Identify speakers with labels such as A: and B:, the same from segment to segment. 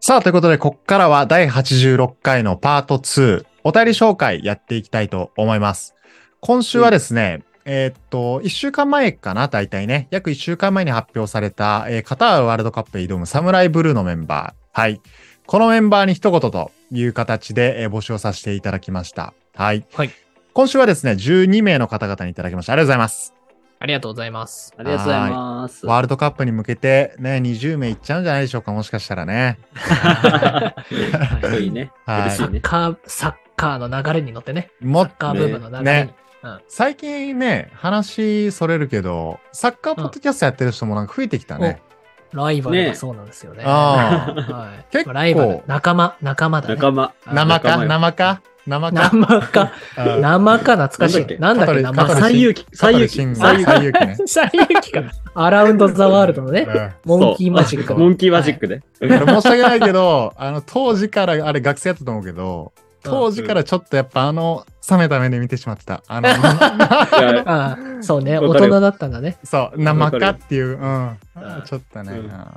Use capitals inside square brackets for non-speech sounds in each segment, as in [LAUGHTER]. A: さあ、ということで、こっからは第86回のパート2、お便り紹介やっていきたいと思います。今週はですね、えーっと、1週間前かな、大体ね、約1週間前に発表された、えーカタールワールドカップへ挑むサムライブルーのメンバー。はい。このメンバーに一言という形で、えー募集をさせていただきました。はい。
B: はい
A: 今週はですね、12名の方々にいただきました。ありがとうございます。
B: ありがとうございます。
C: ありがとうございます。
A: ワールドカップに向けてね、20名いっちゃうんじゃないでしょうか、もしかしたらね。
B: はい
C: いいね。
A: は
C: 嬉し
B: サ
C: い
B: ッカー、サッカーの流れに乗ってね。
A: い。も
B: サッカーブームの流れに。
A: ね最近ね、話それるけど、サッカーポッドキャストやってる人もなんか増えてきたね。
B: ライバル
C: ね
B: がそうなんですよね。
A: あ
B: はい
A: 結構
B: ライバル、仲間、仲間だね。
C: 仲間。
B: あ
A: 生
C: 仲
A: か
C: 間よ
A: 生か生か
B: 生か、
A: うん
B: 生か懐かしい。
A: な
B: な
A: ん
B: ん
A: だっ
B: だっ
A: け
B: け、
A: 香
B: 生
A: 取
B: か。
C: 最有機、
A: 香
C: 最有
A: 取
C: 機
A: 慎、吾
C: 最有
A: 最有
C: [LAUGHS]
A: 機ね。
B: 最激か。アラウンド・ザ・ワールドのね、モンキー・マジック
C: 機。
B: の。
C: モンキーマジックで。
A: うんこれ申し訳ないけど、あの、当時から、あれ学生やったと思うけど、当時からちょっとやっぱあの、冷めた目で見てしまってた。
C: [LAUGHS]
A: あの、
C: いや
B: ああそうね、大
C: わかるよ
B: 人だったんだね。
A: そう、生かっていう、うん
B: うん。
A: ちょっとね、
C: うん
A: うんや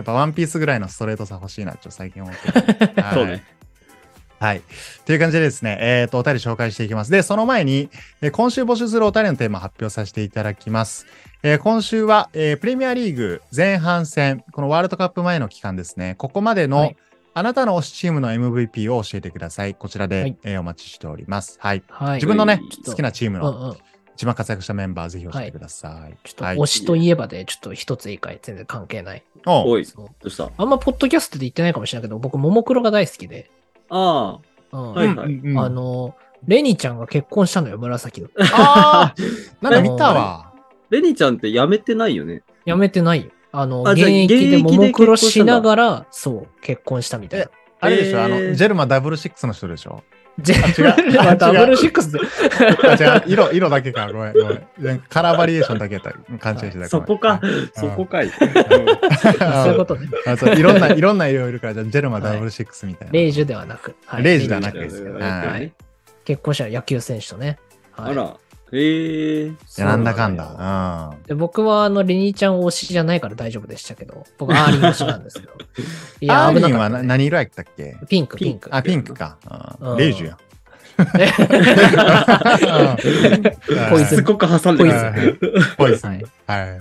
A: っぱワンピースぐらいのストレートさ欲しいな、ちょっと最近思って
C: [LAUGHS]
A: るはい
C: そうね。
A: はい。という感じでですね、えっ、と、お便り紹介していきます。で、その前に、えー今週募集するお便りのテーマ発表させていただきます。えー今週は、えープレミアリーグ前半戦、このワールドカップ前の期間ですね、ここまでの、
B: はい
A: あなたの推しチームの MVP を教えてください。こちらで、
B: はい
A: えーお待ちしております。はい。
B: はい。
A: 自分のね
C: ちょっ、と
A: 好きなチーム
B: う
A: の
B: んうん。
A: 一番活躍したメンバー、ぜひ教えてください。
B: ちょっと
A: はい
B: 推しといえばで、ちょっと一つ以外全然関係ない。
A: おう
C: おい、
B: そう
C: どうしたあ
B: あんまポッドキャストで言ってないかもしれないけど、僕、ももクロが大好きで。
C: あ
B: うん。
C: はいはい
A: うんうん
B: あの、レニちゃんが結婚したのよ、紫の。
A: [LAUGHS] ああなんか見たわ。
C: ー。レニちゃんって辞めてないよね。
B: やめてないよ。あの、
C: あ
B: 現
C: じゃあ
B: 役で
C: 現役
B: も
C: で
B: もクロ
C: 結婚し
B: した
C: んだ
B: ながら、そう、結婚したみたい [LAUGHS] な。
A: あれでしょ、あ
C: え
A: の、
C: ー
A: ジェルマ6の人でしょ
B: 全 [LAUGHS]
A: あ違う [LAUGHS] あ違う
B: ダブルシッ
A: [LAUGHS]
B: クスで。
A: あ違う、色、色だけか、ごめん、ごめん。カラーバリエーションだけやった。勘違いしてた。
C: そこか、そこかい。 [LAUGHS]
B: そういう
A: か。
B: ことね。
A: あそういろんな、いろんな色いるから、じゃあジェルマダブルシックスみたいな。
B: レイジュではなく。はい
A: レイジュでは
C: う
A: なんくですよ
C: はい
B: 結婚した野球選手とね。は
C: [LAUGHS] あ
B: い
C: ら、へえ。
A: いやなんだかんだ。
C: そう
A: う
B: で僕はあのレニーちゃん推しじゃないから大丈夫でしたけど、僕アーリン推しな
A: [LAUGHS]
B: んですけど。い
A: ん。アー
B: や、危
A: リ
B: な
A: ン
B: か
A: は
B: った
A: な
B: ね、
A: 何色やったっけ
B: ピンク、
C: ピ
B: ピ
C: ン
B: ンク。
A: あ、ピンクか。う
B: うんん
A: レイジュや。
B: [LAUGHS] ポイズ
C: す
B: ン
C: ごく挟んで
B: [LAUGHS] ポイ
C: る
B: ズン
A: ポイズン
B: はい
A: はい。 [LAUGHS]
B: はい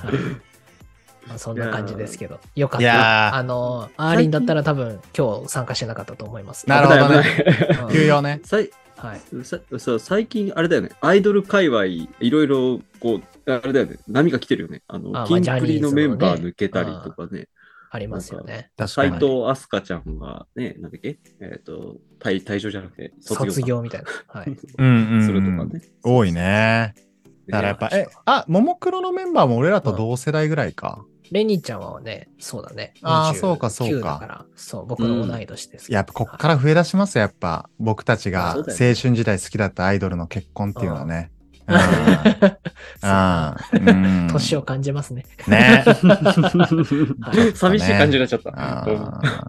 B: まあ、そんな感じですけど、よかっ
A: いやー
B: た。あの、アーリンだったら多分今日参加してなかったと思います。
A: なるほどね
C: 危ない危ない
B: うん
A: 休養ね。
C: [LAUGHS] さい
B: はい。
C: さそう最近、あれだよね、アイドル界隈、いろいろ、こう、あれだよね、波が来てるよね。あの、
B: あ
C: キン
B: まあ
C: プリの
B: ジャニーズ
C: メ
B: のね
C: ンバー抜けたりとかね、
B: ありますよね。
A: 確か
C: 斎
A: に。
C: 藤飛鳥ちゃんが、ね、なんだっけ、えっ、と、退退場じゃなくて、卒業
B: 卒
C: か
B: 業みたいな。はい。
A: うんうんうん
C: するとかね。
A: 多いね。だからやっぱ、
B: いや
A: え、あ、ももクロのメンバーも俺らと同世代ぐらいか。
B: レニーちゃんはね、そうだね。
A: あー
B: 29
A: そうかそうか
B: だらそう、僕の同い年ですけど、
A: やっぱこっから増え出しますよ、やっぱ。僕たちが
C: あ
A: 青
C: そうだよね
A: 春時代好きだったアイドルの結婚っていうのはね。うん
B: はい。
A: あ
B: [LAUGHS] そう年
A: 年
B: を。感じますね。
A: ね。
C: [LAUGHS] 寂しい感じになっちゃった。
A: あ
C: [LAUGHS] うん
A: ー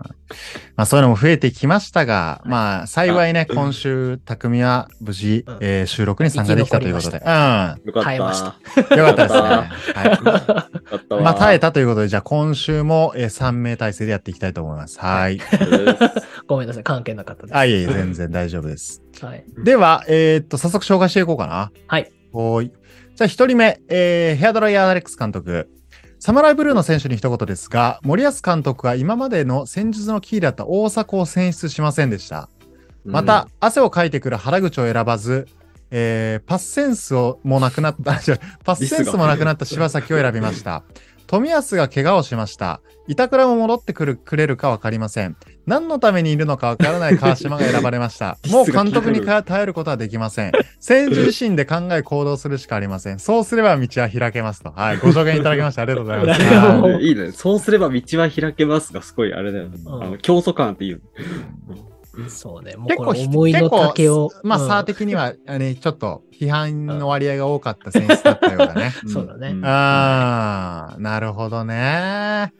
A: まあそういうのも増えてきましたが、まあ幸いね、今週、匠は無事
B: うん、
A: えー収録に参加できたということで。
B: 生
A: うん。よか
C: よかった。
B: 耐え
C: よ
B: ました
A: ったですね。は
C: かった
A: い。
C: わ。
A: まあ耐えたということで、じゃあ今週もえー3名体制でやっていきたいと思います。はい。
B: ごめんなさい、関係なかったです。
A: あ、いえいえ、全然大丈夫です。
B: はい。
A: では、えーっと、早速紹介していこうかな。
B: はい。
A: おーい。じゃあ、一人目、えーヘアドライヤーアレックス監督。サムライブルーの選手に一言ですが、森保監督は今までの戦術のキーだった大迫を選出しませんでした。また、汗をかいてくる原口を選ばず、えーパスセンスをもなくなった、あ違うパスセンスもなくなった柴崎を選びました。富安が怪我をしました。板倉も戻ってくるくれるか分かりません。何のためにいるのか分からない川島が選ばれました。もう監督にか耐えることはできません。選手自身で考え行動するしかありません。そうすれば道は開けますと。はい、ご紹介いただきましてありがとうございます。
B: な
C: [LAUGHS]
B: るほ
A: はい
B: ど
C: うんいいね。そうすれば道は開けますが、すごいあれだよね。
B: うん
C: あの競争感っていう。
B: そうね、もう
A: 結
B: こ
A: 構
B: れ思いの丈を。
A: まあ、
B: うん
A: 差的には、あれちょっと批判の割合が多かった選手だったようだね。
B: [LAUGHS] そうだね
C: ん
A: ああ、なるほどね。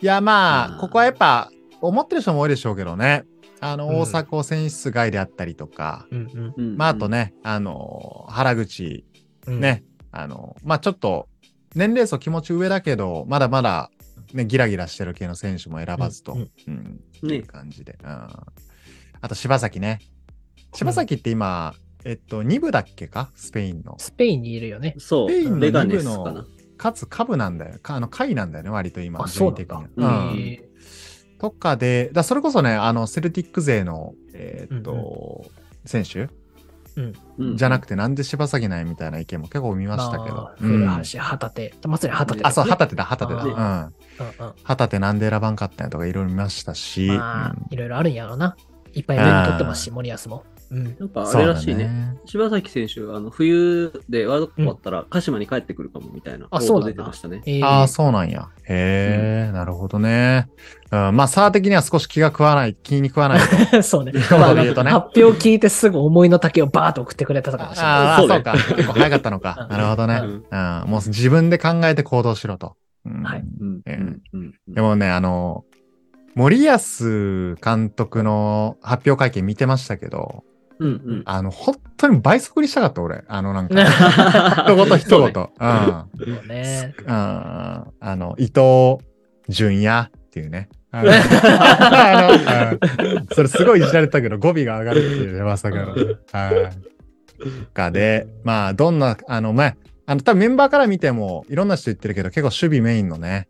A: いや、ま
C: う
A: あ、
C: ん
A: ここはやっぱ、思ってる人も多いでしょうけどね。あ
B: うん
A: の、大迫選出外であったりとか、
B: うん
C: うん
A: まあ、あとね、あの、原口、
B: うん。
A: ね、あの、まあ、ちょっと、年齢層気持ち上だけど、まだまだ、ね、ギラギラしてる系の選手も選ばずと。
B: う
A: うんん。
C: ね
A: いう感じで。うん。あと、柴崎ね。柴崎って今、えっと、2部だっけかスペインの。
B: スペインにいるよね。
C: そ
A: スペイン
C: う、
A: の
C: レガネス
A: 二部
C: か
A: の
C: な。
A: かつ、下部なんだよ。かあの、下位なんだよね、割と今、
B: あそうなんだ
A: 順位的に
C: う
A: は。うん
C: ん。
B: へ
A: とかで、だそれこそね、あの、セルティック勢の、えーっと、選手じゃな
C: く
A: くて、なんで柴崎ないみたいな意見も結構見
B: ー
A: ましたけど
B: あ。ー
A: うん
B: 古橋、旗手。祭り旗手。
A: あ、そう、旗手だ、旗手
B: あ
A: だ。うん。
B: うんうん
A: 旗手なんで選ばんかったんやとかいろいろ見ましたし、
B: まあ
A: うん、
B: いろいろあるんやろうな。いっぱい目に取ってますし、森保も。うん。
C: やっぱあ
A: そう
C: れ
A: だ
C: らしいね。柴崎選手、あの冬でワールドカップ終わったら、鹿島に帰ってくるかもみたいな、
B: あそうなんだ
C: 出てましたね。
B: えー
A: ああ、そうなんや。へえ、なるほどね。うん、まあ、サー的には少し気が食わない、気に食わないと。
B: [LAUGHS] そうね。
A: 一言で言うとね
B: まあ発表聞いてすぐ思いの丈をバーッと送ってくれたとかも
C: [LAUGHS]
B: しれない。
A: ああ、
C: そうね
A: そうか。結構早かったのか。なるほどね。うん、もう自分で考えて行動しろと。うん
B: はい
C: うんうんうん
A: でもね、あの、森保監督の発表会見見てましたけど、
C: うんうん
A: あの、本当に倍速にしたかった、俺。あの、なんか、
C: [LAUGHS]
A: 一言一
C: そうね
A: 言。うん。
B: そうね。
A: あーあの、伊藤純也っていうね。あのあのうんそれすごいいじられたけど、語尾が上がるっていうね、まさかのね。はい。とかで、まあ、どんな、あの、まあ、あの、多分メンバーから見ても、いろんな人言ってるけど、結構守備メインのね、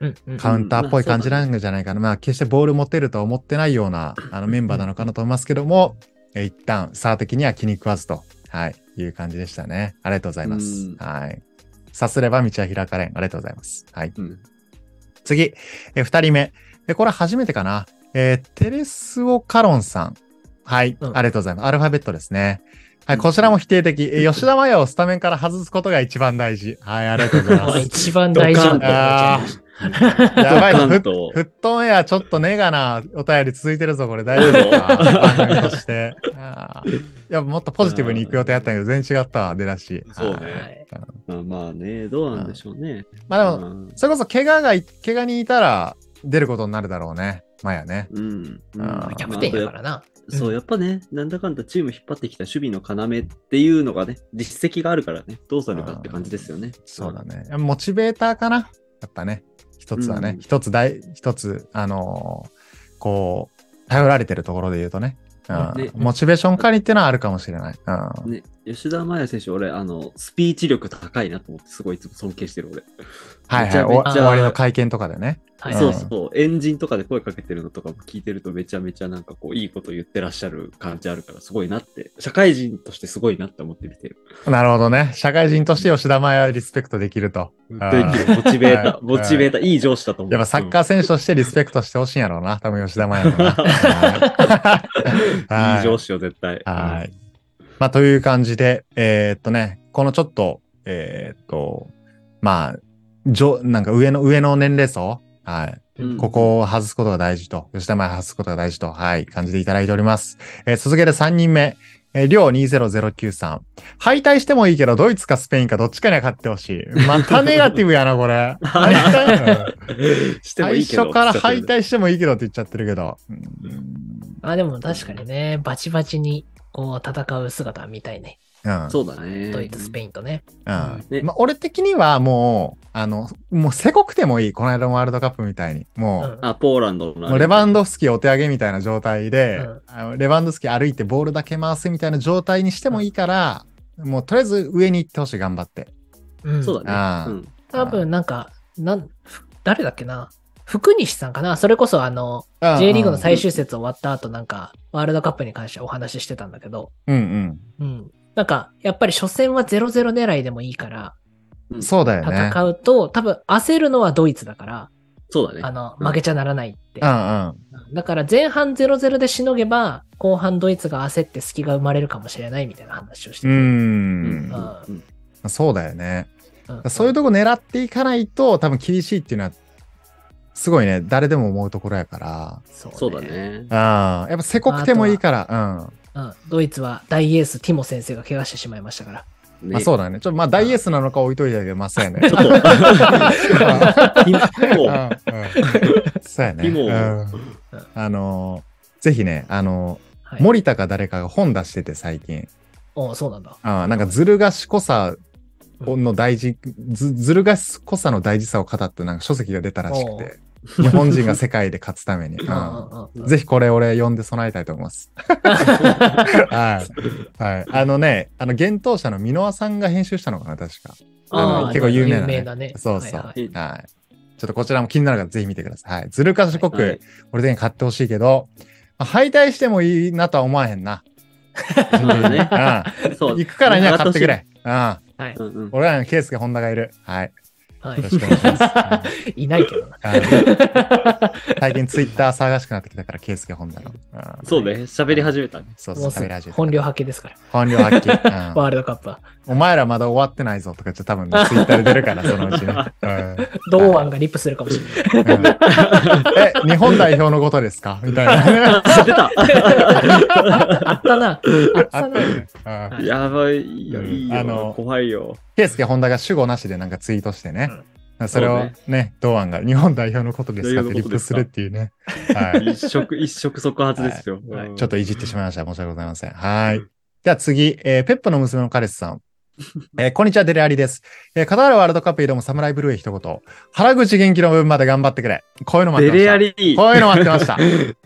B: うんうん。
A: カウンターっぽい感じなんじゃないかな。まあ、決してボール持てるとは思ってないような、あの、メンバーなのかなと思いますけども、え一旦、サー的には気に食わずと、はい、いう感じでしたね。ありがとうございま
C: う
A: す
C: ん。
A: はい。さすれば道は開かれん。ありがとうございます。はい。
C: うん
A: 次、えー二人目。えーこれ初めてかな。えーテレスオ・カロンさん。はい、
B: うん
A: ありがとうございます。アルファベットですね。は
C: う
A: い、
C: ん
A: こちらも否定的。えー吉田麻也をスタメンから外すことが一番大事。はい、ありがとうございま
B: [LAUGHS] まあ
A: す。
B: 一番大事なところじゃ
A: あ
B: ん
A: ーやばい、
C: 関 [LAUGHS]
A: フッ
C: 東
A: フットンエア、ちょっとネガなお便り続いてるぞ、これ。大丈夫か番組と
C: [LAUGHS]
A: して。あーいや、もっとポジティブに行く予定だったんだけど、全然違ったわ、出だし。
C: そうね
A: はい
B: はい
C: まあまあね、どうなんでしょうね。
A: まあでも、
C: も、
A: それこそ怪我がい、怪我にいたら出ることになるだろうね。麻也ね。
C: うん。
A: あー
B: キャプテンやからな。
C: そう、やっぱね、なんだかんだチーム引っ張ってきた守備の要っていうのがね、実績があるからね、どうするかって感じですよね。
A: そうだね。モチベーターかなやっぱね。一つはね。
C: うん
A: 一つ大、一つ、あのーこう、頼られてるところで言うとね。うん
C: ね
A: モチベーション管理っていうのはあるかもしれない。うん
C: ね、吉田麻也選手、俺、あの、スピーチ力高いなと思って、すごいいつも尊敬してる、俺。
A: はい
C: めち
A: はい
C: ゃめ
A: お。
C: ちゃ
A: 終わりの会見とかでね。
B: はい。
C: そうそう、エンジンとかで声かけてるのとかも聞いてると、めちゃめちゃなんかこう、いいこと言ってらっしゃる感じあるから、すごいなって、社会人としてすごいなって思って見てる。
A: なるほどね。社会人として吉田麻也をリスペクトできると。
C: モ
A: あー
C: チ [LAUGHS] ベータ
A: はい
C: ー、モチベーター、いい上司だと思う。
A: やっぱサッカー選手としてリスペクトしてほしいんやろうな。多分吉田麻也もな
C: うん
A: [LAUGHS] はい
C: い上司よ、絶対。
A: はい。まあ、という感じで、えーっとね、このちょっと、えーっと、まあ、じょなんか上の、上の年齢層はい。
C: うん
A: ここを外すことが大事と、吉田麻也外すことが大事と、はい、感じていただいております。えー続けて3人目、えー、りょう2009さん。敗退してもいいけど、ドイツかスペインかどっちかには勝ってほしい。またネガティブやな、これ。敗退うん
C: してもい
A: 最
C: いけど
A: 初から敗退してもいいけどって言っちゃってるけど。うん
B: あ、でも確かにね、バチバチにこう戦う姿は見たいね。
A: うん
C: そうだね。
B: ドイツ、スペインとね。
A: うん
C: ね
A: まあ、俺的にはもう、あの、もうせこくてもいい。この間のワールドカップみたいに。
B: う
A: も
B: ん
C: あ、ポーランド
A: う、
C: の
A: もうレバンドフスキーお手上げみたいな状態で、
B: うん
A: あのレバンドフスキー歩いてボールだけ回すみたいな状態にしてもいいから、もうとりあえず上に行ってほしい、頑張って。
B: うん
C: そうだ
A: あ
C: ね。
A: ー
C: うん
B: 多分なんか、なん、ふ誰だっけな福西さんかなそれこそあの、J リーグの最終節終わった後なんか、ワールドカップに関してお話ししてたんだけど、
A: うんうん。
B: うん。なんか、やっぱり初戦は0-0狙いでもいいから、
C: うん
A: そうだよね。
B: 戦うと、多分焦るのはドイツだから、
C: そうだ
B: あ
C: ね。
B: の、
C: うん
B: 負けちゃならないって
A: う。んうん。
B: だから前半0-0でしのげば、後半ドイツが焦って隙が生まれるかもしれないみたいな話をして
A: う
B: て
A: ん、
B: あ
C: うん
A: そうだよね。
B: うん
A: そういうとこ狙っていかないと、多分厳しいっていうのは、すごいね、誰でも思うところやから。
C: そうだ。ね。
A: ああ、やっぱせこくてもいいから、うん。
B: うん。ドイツは大エース、ティモ先生が怪我してしまいましたから。
C: ね
A: まあそうだね。ちょっとまあ大エースなのか置いといたけど、まあそうや
B: [LAUGHS]
A: ね。
C: ちょっと、
A: うんう
C: 今
A: んそうやね。
C: [LAUGHS] ピモ
A: うんあのー、ぜひね、あの
B: は
A: ー、森田か誰かが本出してて最近。
B: おうそうなんだ。
A: あーなんかずる賢さの大事、ずずる賢さの大事さを語ったなんか書籍が出たらしくて、日本人が世界で勝つために。うんぜひこれ俺読んで備えたいと思います。はい。はい。あのね、あの、幻冬者の箕輪さんが編集したのかな、確か。あの
B: あー
A: 結構有名なね
B: 有名だね。
A: そうそう
B: はいはい
A: はい。ちょっとこちらも気になるからぜひ見てください。はい。ずる賢く、
C: はい
A: 俺で買ってほしいけど、まあ敗退してもいいなとは思わへんな。
C: まあね
A: う
C: そ
A: ん
C: う。
A: 行くからには買ってくれ。うん。
B: はい
C: うんうん。
A: 俺らのケースが本田がいる。はい。
B: は
A: よろしくお願いします。はい
B: [LAUGHS] い。いないけどな。
A: あの最近ツイッター騒がしくなってきたから、ケースが本田の。うん
C: そうね。喋り始
A: [LAUGHS]
C: めたね。
A: そうそ
B: も
A: う、
B: うす
A: 喋り
B: ぐ
A: 始めた
B: 本領発揮ですから。
A: 本領発
B: [LAUGHS]
A: 揮。うん
B: ワールドカップは。
A: お前らまだ終わってないぞとか、ちょっと多
B: [LAUGHS]
A: 分ねツイッターで出るから、そのうちね。う
B: 同案がリップするかもしれな
A: ん
C: [LAUGHS]
B: い。
A: うんえ、日本代表のことですかみたい
B: [LAUGHS]
A: な。
C: あ出
A: [LAUGHS]
C: た
B: あったな。あったな。
A: [LAUGHS] うん
C: やばいよ、
A: うん
C: いい
A: あ
C: よ
A: の、
C: 怖いよ。
A: ケイスケ・ホンダが主語なしでなんかツイートしてね。それ
C: そう
A: を
C: ね
A: ね、堂安が日本代表のことですかってリップするっていう
C: [LAUGHS]
A: ね。はい。
C: 一触、
A: [LAUGHS]
C: 一触即発ですよ。
A: はい
C: うん
A: ちょっといじってしまいました。申し訳ございません。は
C: う
A: い
C: ん。
A: では次、えーペップの娘の彼氏さん。えーこんにちは、デレアリです。えーカタールワールドカップ挑むサムライブルーへ一言。原口元気の分まで頑張ってくれ。こういうの待ってまし
C: デレ
A: た。
C: アリー
A: こういうの待ってま
C: [LAUGHS]
A: した。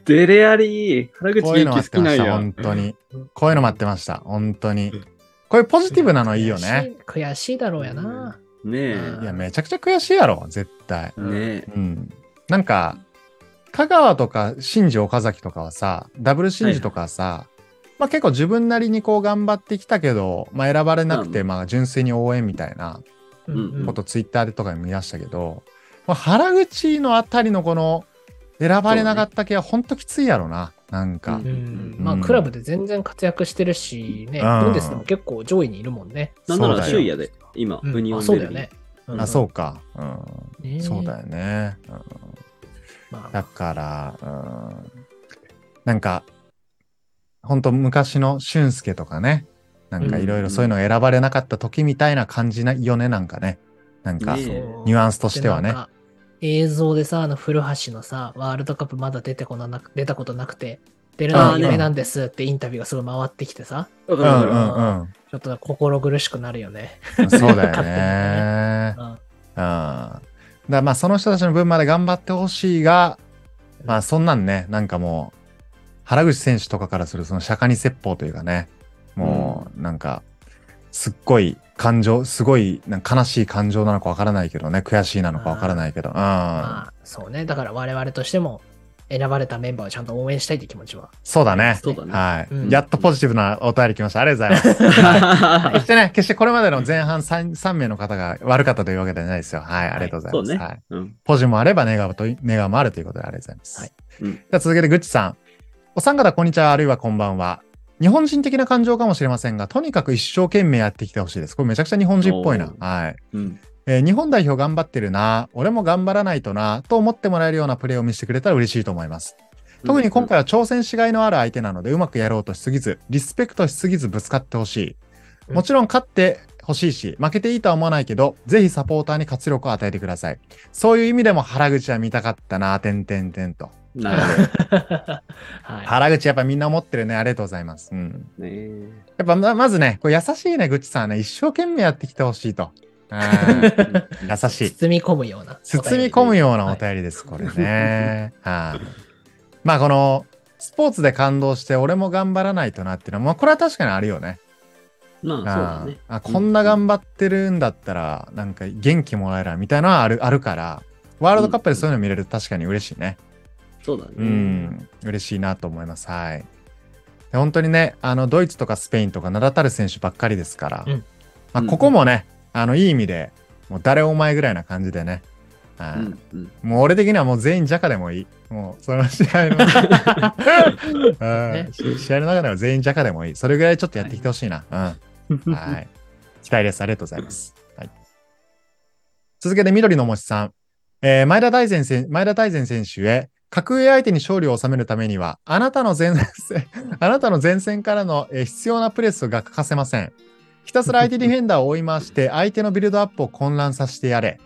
C: デレアリー原口
A: こういうの
C: 元
A: 待
C: 気
A: っ
C: 好
A: て
C: き
A: ま
C: なん
A: した。
C: や。
A: 本当に。こういうの待ってました。本当に。こういうポジティブなのいいよね。
B: 悔しい。悔しいだろうやな。
C: ね
B: うん
A: いや、めちゃくちゃ悔しいやろ、絶対
C: え。
B: うん
C: ね
A: うん。なんか、香川とか新次岡崎とかはさ、ダブル新次とかはさ、まあ結構自分なりにこう頑張ってきたけど、まあ選ばれなくて、まあ純粋に応援みたいな
B: う
C: うん
A: ことツイッターでとかで見出したけど、まあ原口のあたりのこの選ばれなかった系はほんときついやろな、なんか。
C: うん
B: うん
A: うん
B: まあ、クラブで全然活躍してるし、ね、
A: うん
B: ブンデスでも結構上位にいるもんね。
C: なんな
A: そう
C: ら
A: だよ
C: 首位やで、今、
B: うん
C: ユニオ
B: あ
C: ン
B: そ
C: ベ
B: う
C: ル
B: だ
C: リ
B: よ
C: ー
B: ね。
A: あ、そうか。うん。
B: ね
A: そうだよね。うん
B: まあ
A: だから、うん、なんか、ほんと昔の俊介とかね、なんかいろいろそういうのが選ばれなかった時みたいな感じなよね、なんかね。なんか、
C: ね
A: ニュアンスとしては。
B: で
A: ね。
B: なんか映像でさ、あの、古橋のさ、ワールドカップまだ出てこなく出たことなくて、出るの
C: あ
B: は
C: ーね
B: 夢なんですってインタビューがすごい回ってきてさ、
C: わ
A: う
C: か
A: ん
C: る
A: う
C: わかる
A: ん
B: ちょっと心苦しくなるよね。
A: うん。そうだよ
B: 勝手に
A: ね。
B: うん
A: うん。だからまあその人たちの分まで頑張ってほしいが、まあそんなんね、なんかもう、原口選手とかからするその釈迦に説法というかね、もうなんか、すっごい感情、すごいなんか悲しい感情なのかわからないけどね、悔しいなのかわからないけど、うん。
B: まあ、そうね。だから我々としても、選ばれたメンバーをちゃんと応援したいって気持ちは。
A: そうだね。
C: そうだね。
A: はい、
B: うん
A: やっとポジティブなお便り来ました。ありがとうございます。
C: [LAUGHS]
A: そしてね、決してこれまでの前半 3, 3名の方が悪かったというわけではないですよ。はい、ありがとうございます。
C: そうね
A: はい、
C: うん
A: ポジもあればネガとネガもあるということでありがとうございます。
B: はい
C: うん
A: じゃあ続けてグッチさん。お三方こんにちは、あるいはこんばんは。日本人的な感情かもしれませんが、とにかく一生懸命やってきてほしいです。これめちゃくちゃ日本人っぽいな
C: お。
A: はい。
C: うん
A: えー日本代表頑張ってるな、俺も頑張らないとな、と思ってもらえるようなプレーを見せてくれたら嬉しいと思います。 [LAUGHS] 特に今回は挑戦しがいのある相手なので、うまくやろうとしすぎず、リスペクトしすぎずぶつかってほしい。もちろん勝ってほしいし、負けていいとは思わないけど、ぜひサポーターに活力を与えてください。そういう意味でも原口は見たかったな、てんてんてんと。
C: なるほ
B: [LAUGHS] は
A: 原口やっぱみんな思ってるね。ありがとうございます。うん。 [LAUGHS]
C: どね。
A: やっぱままずね、こう優しいね、ぐちさんはね、一生懸命やってきてほしいと。うん
C: [LAUGHS]
A: 優し
B: い。
A: い。
B: 包み込むような。
A: 包み込むようなお便りです、これ
C: [LAUGHS]
A: ね。はい。まあ、この、スポーツで感動して、俺も頑張らないとなっていうのは、まあ、これは確かにあるよね。
C: まあ、そうだね。
A: ああこんな頑張ってるんだったら、なんか元気もらえるみたいなのはあるあるから、ワールドカップでそういうの見れると確かに嬉しいね。
C: そうだね。
A: うん、嬉しいなと思います。はい。で本当にね、あの、ドイツとかスペインとか名だたる選手ばっかりですから、
B: うん
A: まあ、ここもね、あの、いい意味で、もう誰お前ぐらいな感じでね、は
C: う
A: い
C: んうん
A: もう俺的にはもう全員ジャカでもいい。もうその試合の、うんし試合の中では全員ジャカでもいい。それぐらいちょっとやってきてほしいな。うん。はい。期待です。ありがとうございます。はい、続けて緑のもちさん。えー前田大然選前田大然選手へ、格上相手に勝利を収めるためには、あなたの前線、 [LAUGHS] あなたの前線からのえー必要なプレスが欠かせません。ひたすら相手ディフェンダーを追い回して、相手のビルドアップを混乱させてやれ。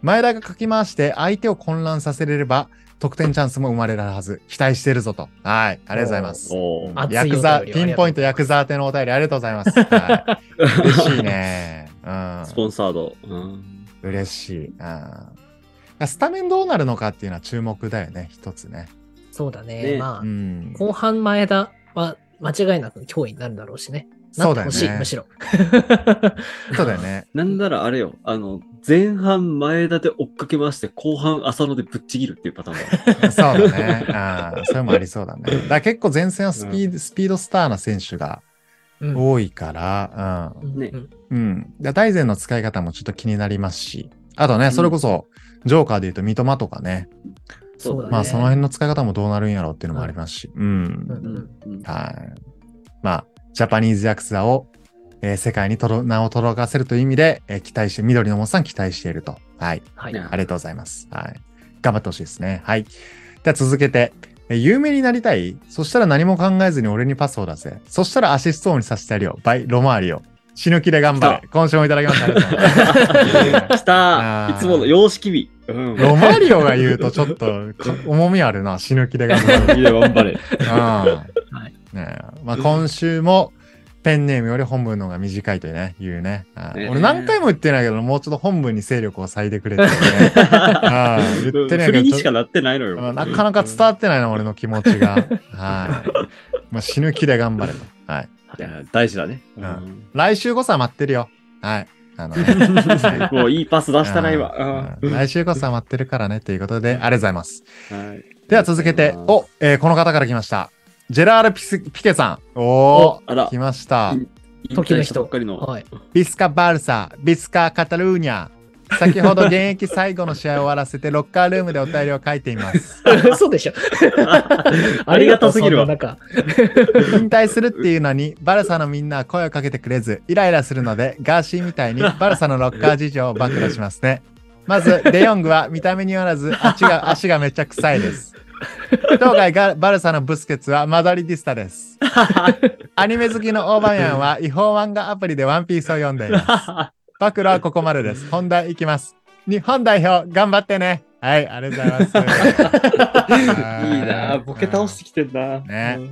A: 前田がかき回して相手を混乱させれれば得点チャンスも生まれるはず期待してるぞとはいありがとうございます
C: [LAUGHS] おー
B: あ熱い
A: ヤクザ
B: お便り [LAUGHS]
A: ピンポイントヤクザ宛てのお便りありがとうございます、はい、嬉しいねうん
C: [LAUGHS] スポンサード。うん。
A: 嬉しい。うんスタメンどうなるのかっていうのは注目だよね、一つね。
B: そうだね。
C: ね
B: まあ、
A: うん。
B: 後半前田は間違いなく脅威になるだろうしね。な
A: そ
B: っ
A: う
B: て
A: だよ
B: ほ
A: ね。
B: しい、むしろ。
A: [LAUGHS] そうだよね。
C: なんならあれよ、あの、前半前田で追っかけ回して、後半浅野でぶっちぎるっていうパターンもある。
A: そうだね。ああ、それもありそうだ
B: [LAUGHS]
A: ね。だから結構前線はスピード、スピードスターな選手が
B: うん
A: 多いから、うん。
C: ね
B: うん
A: うん。だ大前の使い方もちょっと気になりますし、あとね、それこそ、ジョーカーで言うと三笘とかね、
B: そうだね
A: まあ [LAUGHS] その辺の使い方もどうなるんやろうっていうのもありますし、うん。
B: うん
C: うん
A: [LAUGHS]
C: うん
A: はい。まあ、ジャパニーズヤクザを、えー世界にとど名をとどろかせるという意味で、えー期待して、緑のもさん期待していると。はい。
B: はい。
C: ね
A: ありがとうございます。はい。頑張ってほしいですね。はい。では続けて、えー有名になりたいそしたら何も考えずに俺にパスを出せ。そしたらアシスト王にさせてやるよ。バイ、ロマーリオ。死ぬ気で頑張れ。今週もいただきました。ありがとうございます
C: [LAUGHS] 来
A: あ
C: た
A: ー
C: いつもの様式日。うん
A: [LAUGHS] ロマーリオが言うとちょっとか重みあるな。死ぬ気で頑張れ。
C: いや頑張れ。 [LAUGHS]
A: ああ
B: はい
A: ねえまあ、今週もペンネームより本文の方が短いというね、言うね。ああ
C: ねえ
A: 俺何回も言ってないけど、もうちょっと本文に勢力を割いてくれって
C: [LAUGHS]
A: ね。ああ言ってね
C: 振りに
A: え
C: し
A: け
C: か
A: ど、
C: なってないの
A: まあ
C: よ。
A: なかなか伝わってないな、俺の気持ちが。はい。
C: [LAUGHS]
A: まあ、死ぬ気で頑張れと。はい。
C: いや大事だね。
A: う
C: うんん
A: 来週こそは待ってるよ。はい。あのね、
C: [LAUGHS] もういいパス出したな、
A: あ
C: 今
A: あ。来週こそは待ってるからね、ということで、ありがとうございます。
C: はい
A: では続けて、お、えーこの方から来ました。ジェラールピス・ピケさん。お
C: おあら
A: ー、来ました。
C: 引
B: 時
C: 退
B: の人
C: したばっかりの。
B: はい。 [LAUGHS]
A: ビスカ・バルサ、ビスカ・カタルーニャ。先ほど現役最後の試合を終わらせて、ロッカールームでお便りを書いています。
B: そうでしょ。
C: [LAUGHS] ありがたすぎるわ
B: ありがとうそんな中
A: 引退するっていうのに、バルサのみんなは声をかけてくれず、イライラするので、ガーシーみたいにバルサのロッカー事情を暴露しますね。まず、デヨングは見た目によらず足が、足がめっちゃ臭いです。当該がバルサのブスケツはマドリディスタです。アニメ好きのオーバヤンは違法漫画アプリでワンピースを読んでいます。暴露はここまでです。本題いきます。日本代表、頑張ってね。はい、ありがとうござい
C: [LAUGHS]
A: ます。
C: [LAUGHS] いいなあボケ倒してきてんな。
A: ね
C: うん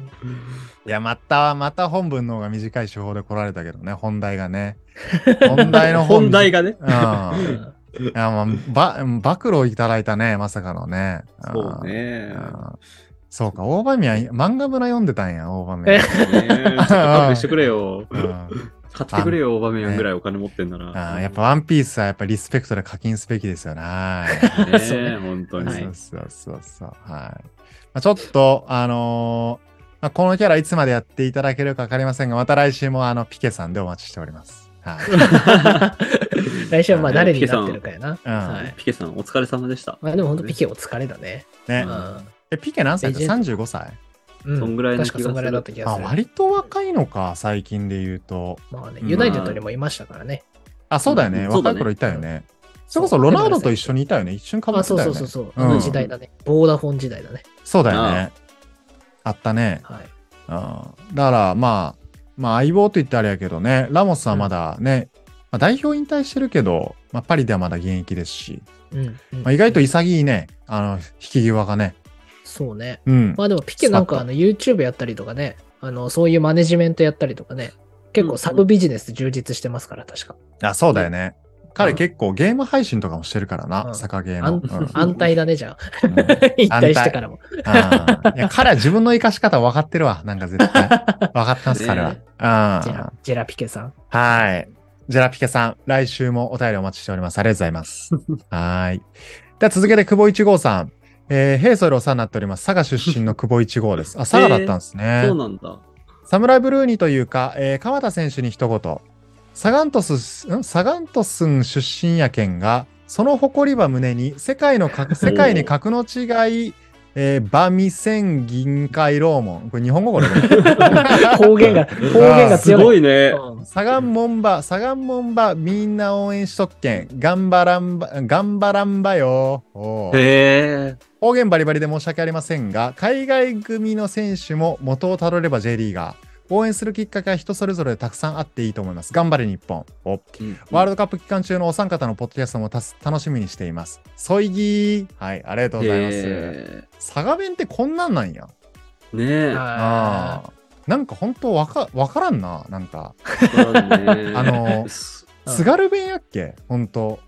A: いや、また、また本文の方が短い手法で来られたけどね、本題が
C: [LAUGHS]
A: ね。本題の
C: 本題
A: が。
C: がね。
A: うん。
B: う
A: い
B: ん
A: や、まあ、ば、暴露をいただいたね、まさかのね。ん
C: そう。ね
A: うんそうか、大場面、漫画村読んでたんや、大場
C: [LAUGHS]
A: 面。
C: ねちょっと勘弁してくれよ。
A: うん
C: 買ってくれよ、場面ぐらいお金持ってんな
A: あ
C: ら。
A: ーやっぱワンピースはやっぱリスペクトで課金すべきですよな。
C: ね、
B: そうね
C: 本当に。
A: そうそうそうそう。はい。まあ、ちょっと、あのーまあ、このキャラいつまでやっていただけるかわかりませんが、また来週もあのピケさんでお待ちしております。はい。
B: 来週はまあ誰になってるかやな。
A: [LAUGHS] うん
B: はい。
C: ピケさん、お疲れ様でした。
B: まあでも本当ピケお疲れだね。う
A: ね。
B: ん
A: え、ピケ何歳だ
B: レジェン
A: ?35 歳
B: うん
C: そんぐらいの気
B: 確
C: が
B: かそんぐらいだった気が
A: あ、
B: する。
A: 割と若いのか、最近で言うと。
B: まあね、ユナイテッドにもいましたからね。
A: あ、そうだよね。
C: うんそうだ
A: 若
C: ね
A: い頃いたよね。それこそロナウドと一緒にいたよね。一瞬かぶ
B: あ、
A: って
B: そう
A: た
B: そ
A: よ
B: うそ
A: ね
B: う。そう。
A: うん
B: あの時代だね。ボーダフォン時代だね。
A: そうだよね。あったね。
B: はい。
A: うん。だから、まあ、まあ、相棒と言ってあれやけどね、ラモスはまだね、まあ、代表引退してるけど、まあ、パリではまだ現役ですし、
B: うんうん
A: まあ、意外と潔いね、あの、引き際がね。
B: そうね。
A: うん。
B: まあでもピケなんかあの YouTube やったりとかね、あのそういうマネジメントやったりとかね、結構サブビジネス充実してますから、確か。
A: あ、そうだよね。彼
B: うん
A: 結構ゲーム配信とかもしてるからな、
B: うん
A: 坂ゲー
B: あ [LAUGHS]
A: の。
B: ん
A: うんうん
B: 安泰だね、じゃあ。引退してからも。
A: あーいや彼は自分の生かし方分かってるわ。なんか絶対。分かってます、
B: [LAUGHS]
A: 彼は。
C: ね
B: ジェラ
A: あ
B: ジェラピケさん。
A: はい。ジェラピケさん、来週もお便りお待ちしております。ありがとうございます。はい。では続けて、久保一号さん。えー、ヘイソルお世話になっております。佐賀出身の久保一号です。あ、佐賀だったんですね。
C: そうなんだ。
A: サムライブルーニというか、えー鎌田選手に一言。サガントス、んサガントスン出身やけんが、その誇りは胸に、世界
C: [LAUGHS]
A: の格、世界に格の違い、えー、バミセン銀海ローモン。これ日本語これ。
B: 方言が、方言が
C: す
B: 強
C: ご
B: い。
C: いね。
B: うん
A: サガンモンバ、サガンモンバ、みんな応援しとっけん。頑張らんば、頑張らんばよ。おう
C: へえ。
A: 方言バリバリで申し訳ありませんが、海外組の選手も元をたどれば J リーガー。応援するきっかけは人それぞれたくさんあっていいと思います。頑張れ日本。おワールドカップ期間中のお三方のポッドキャストもたす楽しみにしています。そいぎー。はい、ありがとうございます。
C: へ
A: 佐賀弁ってこんなんなんや。
C: えねえ。
A: ああー。なんか本当わか、わからんな。なんか、
C: わかんねえ
A: あの、
B: うん
A: 津軽弁やっけ本当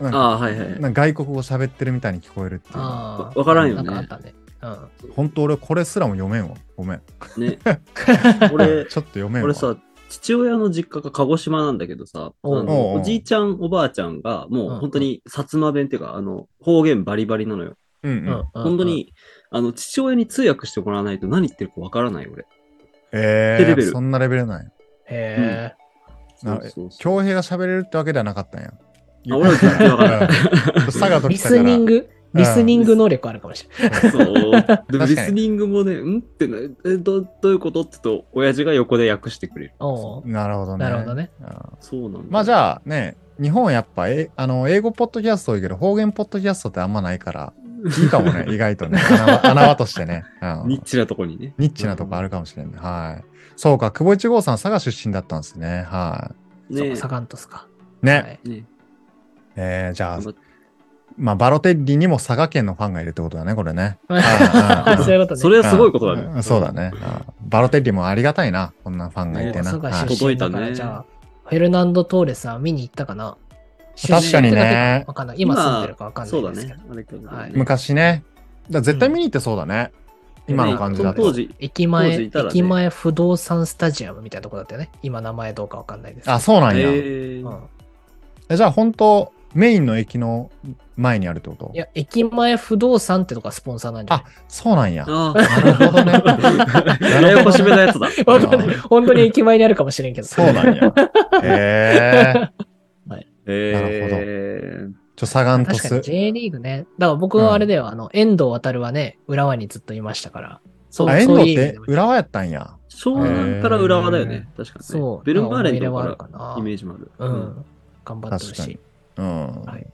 A: なんか
C: ああー、はいはい。
A: なんか外国語喋ってるみたいに聞こえるっていうのは
B: あ
C: わからん
B: あ、
C: よ
B: なんかあ
C: ね
B: っ。たね。うん。
A: 本当俺これすらも読めんわごめん [LAUGHS] ち
C: ね
A: ょっ
C: 俺
A: と、読めんわ
C: 俺さ、父親の実家が鹿児島なんだけどさ、あ
B: おう
C: の
A: おう
C: おじいちゃん、おばあちゃんが、もう本当に薩摩弁っていうか、あの、方言バリバリなのよ。
A: うんう、
B: うんんうん
C: 本当。に、あの、父親に通訳してもらわないと何言ってるかわからない、俺。
A: え
C: ってレベ
A: ー、
C: ル
A: そんなレベルなんや
B: へえ。
A: な
C: そうそうそ
A: 恭
C: う
A: 平が喋れるってわけではなかったんや
C: あ俺
A: [LAUGHS]
C: は全然わからない。
A: うん佐賀と
B: リ
A: 来たか
B: ス
A: ら
B: ニング
A: うん
B: リスニング能力あるかもしれない。
C: そう。でも
A: 確
C: リ
A: かに
C: スニングもね、んってなえど、どういうことって言うと、親父が横で訳してくれる。
B: おう
A: なるほどね
B: なるほどね。
A: うん
C: そうなんだ。
A: まあじ
C: あ、
A: ゃあね日本はやっぱえあの英語ポッドキャスト多いけど方言ポッドキャストってあんまないからいいかもね意外とね穴場穴場としてね、うん
C: ニッチなとこにね。
A: ニッチなとこあるかもしれんねはいそうか久保一号さん佐賀出身だったんですねは
B: そっ
C: ね
B: かサガン鳥栖か。
A: いね、
B: はい
C: え。ね
A: えー、じゃあ
C: 頑張っ
A: まあバロテッリにも佐賀県のファンがいるってことだねこれ
C: [LAUGHS]
A: ね
B: あ [LAUGHS] そういうことね。
C: それはすごいことだ
A: うん
C: ね。
A: そうだね。うんバロテッリもありがたいな。こんなファンがいて
B: も
A: な。
B: う佐賀
A: はい
B: 出身だ
C: 届い
B: か
C: た
B: ら、
C: ね
B: じゃあ、フェルナンド・トーレスは見に行ったかな
A: 確かにね
B: わかんない。今住んでるかわかんな
C: そう
B: い
C: だ
B: ですけど
C: ね。。あれかな
B: はい
A: 昔ね。だから絶対見に行ってそうだね。今の感じだ
C: 当
A: と。
C: 時、当
B: 駅
C: 時
B: 前、
C: いたらね
B: 駅前不動産スタジアムみたいなとこだったよね。今名前どうかわかんないですけど。
A: あ、そうなんや。
C: えー
B: うん
A: えじゃあ本当メインの駅の前にあるってこと
B: いや、駅前不動産ってとこがスポンサーなんじゃない
A: そうなんや。
C: あ
A: なるほどね。
B: [LAUGHS]
C: あ、 [LAUGHS] ややこしめなやつだ。
B: わかんない本当に駅前にあるかもしれんけど。
A: そうなんや。へえ。
C: えー、
A: ちょ、サガント
B: 確かに
A: ス。
B: J リーグね。だから僕はあれだよ、あの、遠藤航はね、浦和にずっといましたから。そう、
A: あ、遠
B: そう
A: 藤
B: い
A: っ
B: う意味
A: て
B: でも
A: 浦和やったんや。
C: 湘南から浦和だよね。確かに、ね。
B: そう。
C: ベルマーレンと
B: はある
C: か
B: かな
C: イ。メージもある。
B: うん。頑張ってほ
A: 確か
B: しい
A: に。。うん
B: はい。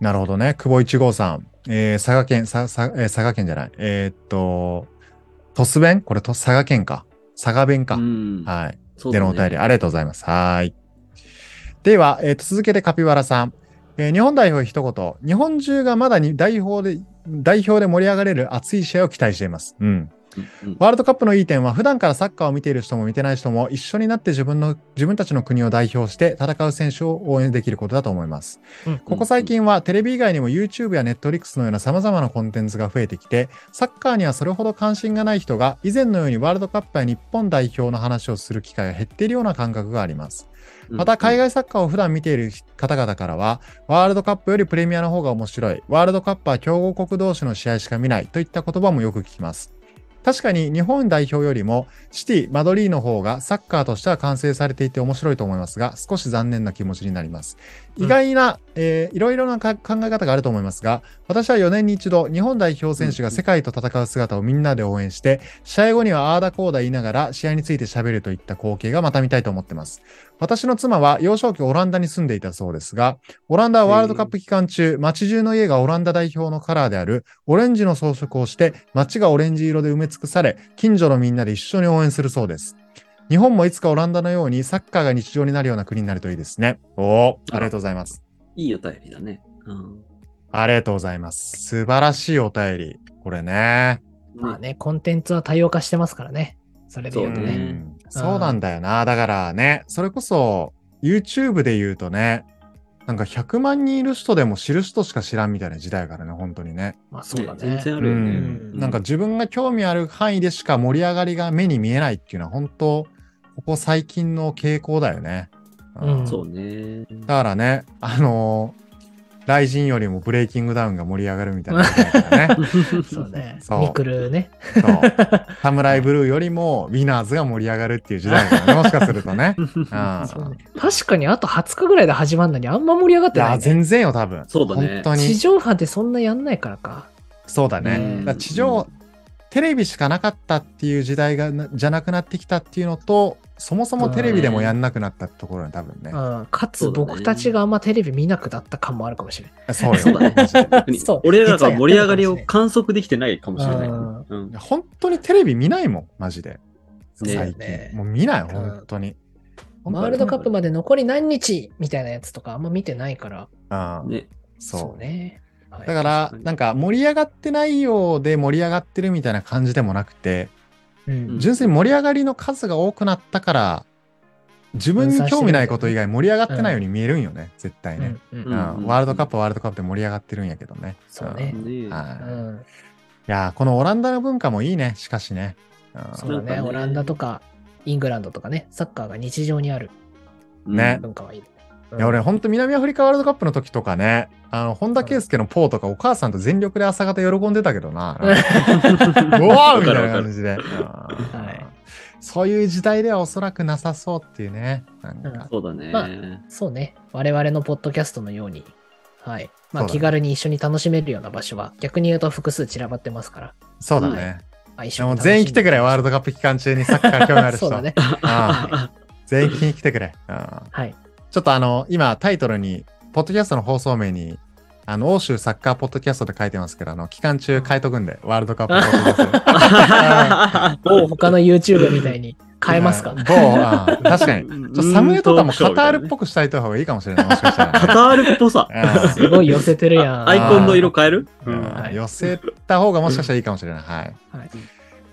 A: なるほどね。久保一号さん。えー、佐賀県、さ、さ、えー佐賀県じゃない。えーっと、鳥栖弁これ、と佐賀県か。佐賀弁か。
C: うん。
A: はい。
C: そう
A: で
C: だね
A: のお便りありがとうございます。はい。では、えーと続けてカピバラさん、えー日本代表一言。日本中がまだに代表で、代表で盛り上がれる熱い試合を期待しています。うん。
C: うんうん
A: ワールドカップのいい点は、普段からサッカーを見ている人も見てない人も一緒になって自分の、自分たちの国を代表して戦う選手を応援できることだと思います。
B: うん
A: ここ最近はテレビ以外にも YouTube や Netflix のような様々なコンテンツが増えてきて、サッカーにはそれほど関心がない人が以前のようにワールドカップや日本代表の話をする機会が減っているような感覚があります。また海外サッカーを普段見ている方々からは、ワールドカップよりプレミアの方が面白い、ワールドカップは強豪国同士の試合しか見ないといった言葉もよく聞きます。確かに日本代表よりもシティ、マドリーの方がサッカーとしては完成されていて面白いと思いますが、少し残念な気持ちになります。
B: うん
A: 意外な、えーいろいろなか考え方があると思いますが、私は4年に一度、日本代表選手が世界と戦う姿をみんなで応援して、試合後にはああだこうだ言いながら、試合について喋るといった光景がまた見たいと思ってます。私の妻は幼少期オランダに住んでいたそうですが、オランダはワールドカップ期間中、街中の家がオランダ代表のカラーであるオレンジの装飾をして、街がオレンジ色で埋め尽くされ、近所のみんなで一緒に応援するそうです。日本もいつかオランダのようにサッカーが日常になるような国になるといいですね。おお、ありがとうございます。
C: いいお便りだね。うん。
A: ありがとうございます。素晴らしいお便り。これね。
B: まあね、コンテンツは多様化してますからね。それで言うと
C: そう
A: う
B: ね。
A: んそうなんだよな。だからね、それこそ YouTube で言うとね、なんか100万人いる人でも知る人しか知らんみたいな時代からね、本当にね。
B: まあそうだ
C: 全
B: ね。
C: 然あるよね。
B: うん
C: う
A: なんか、自分が興味ある範囲でしか盛り上がりが目に見えないっていうのは本当、ここ最近の傾向だよね。
B: うん
C: そうね。
A: だからね、あのー、ライジンよりもブレイキングダウンが盛り上がるみたいな時代から
B: [LAUGHS]
A: ね。
B: そうね
A: [LAUGHS] そう。
B: ミクルね。
A: そう。サムライブルーよりもウィナーズが盛り上がるっていう時代だよね。もしかすると
B: [LAUGHS]
A: ね。あ
B: そうね確かにあと20日ぐらいで始まるのにあんま盛り上がっ
A: い
B: てな
A: や、
B: い、ね。
A: 全然よ、多分。
C: そうだね
A: 本当
B: 地
A: に。
B: 上波でそんなやんないからか。
A: そうだね。
C: うん
A: だから地上、テレビしかなかったっていう時代がなじゃなくなってきたっていうのと、そもそもテレビでもやんなくなったところに多分ね
B: う。ん。かつ
C: そうだね
B: 僕たちがあんまテレビ見なくなった感もあるかもしれない。
A: そうよ。
C: そうだね
A: マジで
C: 逆
A: [LAUGHS]
C: に
B: そう
C: [LAUGHS] 俺らが盛り上がりを観測できてないかもしれない。
B: うん
C: うん
A: 本当にテレビ見ないもん、マジで。
C: ね
A: 最近。
B: ね
A: もう見ない、本当に。
B: ワールドカップまで残り何日みたいなやつとかあんま見てないから。
A: うん
C: ね。
A: そう
B: そうね。はい
A: だから
C: 確か、に
A: なんか盛り上がってないようで盛り上がってるみたいな感じでもなくて、
B: うん
C: うん
A: 純粋に盛り上がりの数が多くなったから、自分に興味ないこと以外盛り上がってないように見えるんよね、絶対ね、
B: うん
A: う
B: うんん
C: うん
A: ワールドカップはワールドカップで盛り上がってるんやけどね。
B: そう
C: ね
B: ね
A: うん
C: え
A: はい
B: うん
A: いやーこのオランダの文化もいいね、しかしね。うん
B: そうだ
C: なん
B: ね。
C: かね
B: オランダとか、イングランドとかね、サッカーが日常にある
A: ね
B: 文化はいいね。
A: いや俺、ほんと南アフリカワールドカップの時とかね、あの、本田圭佑のポーとかお母さんと全力で朝方喜んでたけどな。なんか [LAUGHS]
C: [LAUGHS]
A: うわーみたいな感じで。
B: はい
A: そういう時代ではおそらくなさそうっていうね。なんか
C: そうだね。
B: まあそうね。我々のポッドキャストのように、はい。ま
A: そ
B: あ、
A: うだね
B: 気軽に一緒に楽しめるような場所は、逆に言うと複数散らばってますから、
A: そうだ
C: は
A: ね。
B: あ一
A: で
B: 緒に
A: も
B: 楽しんで
A: 全員来てくれ、ワールドカップ期間中にサッカー興味ある人。
B: [LAUGHS] そうだね。
A: あ全員来てくれ。うん
B: はい。
A: ちょっとあの、今タイトルに、ポッドキャストの放送名に、あの、欧州サッカーポッドキャストで書いてますけど、あの、期間中書いとくんで、ワールドカップポッドキャスト。
B: 某他の YouTube みたいに [LAUGHS] 変えますか
A: うん某、あー [LAUGHS] 確
B: [LAUGHS]
A: かに。ちょサムネとかもカタールっぽ
C: く。
A: くしたいと方がいいかもしれない。もしかした
C: カタ
A: らね。
C: ールっぽさ。
A: うん
B: すごい寄せてるやん。
C: アイコンの色変える
A: う
C: うん
A: ん
B: はい
A: 寄せた方がもしかしたらいいかもしれない。はい。
B: はい
A: ま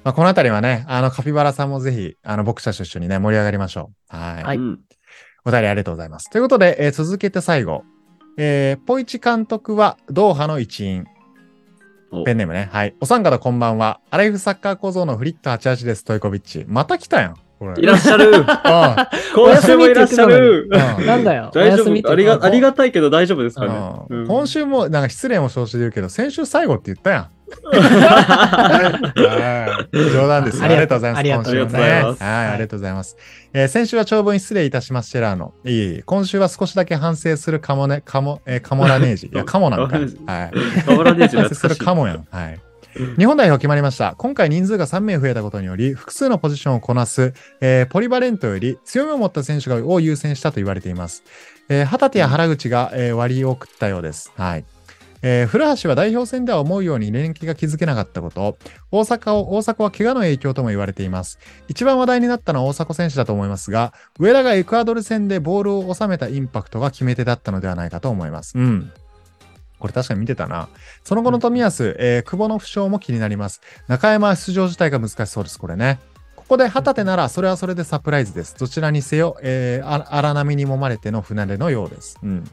A: あ、このあたりはね、あの、カピバラさんもぜひ、あの、僕たちと一緒にね、盛り上がりましょう。はい。
B: はい
C: うん
A: お便りありがとうございます。ということで、えー続けて最後。えーポイチ監督はドーハの一員。
C: お
A: ペンネームね。はい。お三方こんばんは。アライフサッカー構造のフリット88です、トイコビッチ。また来たやん。これ。
C: いらっし
A: [LAUGHS]
C: ゃる。
A: あ
C: 今週もいらっしゃる。
A: うん
B: なんだよ。
C: 大丈
B: お休みって
C: 夫ありがありがたいけど大丈夫ですかね
A: あ。
C: うん
A: 今週も、なんか失礼も承知で言うけど、先週最後って言ったや
C: [LAUGHS]
A: ん。はい冗談ですよ。
B: あ
A: あ
B: り
A: りが
B: がと
A: とうご
B: う
A: ざいます。
B: ありがとう
A: 今週もね
C: ありがとうございます
A: はい、ありがとうございます。えー先週は長文失礼いたします、シェラーの。いえいえ、今週は少しだけ反省するかもね、かも、えーカモラネージ。いや、カモなん
C: [LAUGHS]
A: か。はい。
C: 変わらねえじゃ
A: 反
C: ん
A: 省す
C: 懐
A: [LAUGHS] る
C: かしい
A: かもやん。はい。日本代表決まりました。今回人数が3名増えたことにより、複数のポジションをこなす、えーポリバレントより強みを持った選手がを優先したと言われています。えー旗手や原口が、えー割を食ったようです。はい。えー古橋は代表戦では思うように連携が築けなかったこと、大阪を大阪は怪我の影響とも言われています。一番話題になったのは大迫選手だと思いますが、上田がエクアドル戦でボールを収めたインパクトが決め手だったのではないかと思います。うん。これ確かに見てたな。その後の冨安、えー久保の負傷も気になります。中山は出場自体が難しそうです、これね。ここで旗手なら、それはそれでサプライズです。どちらにせよ、えーあ荒波に揉まれての船出のようです。うん。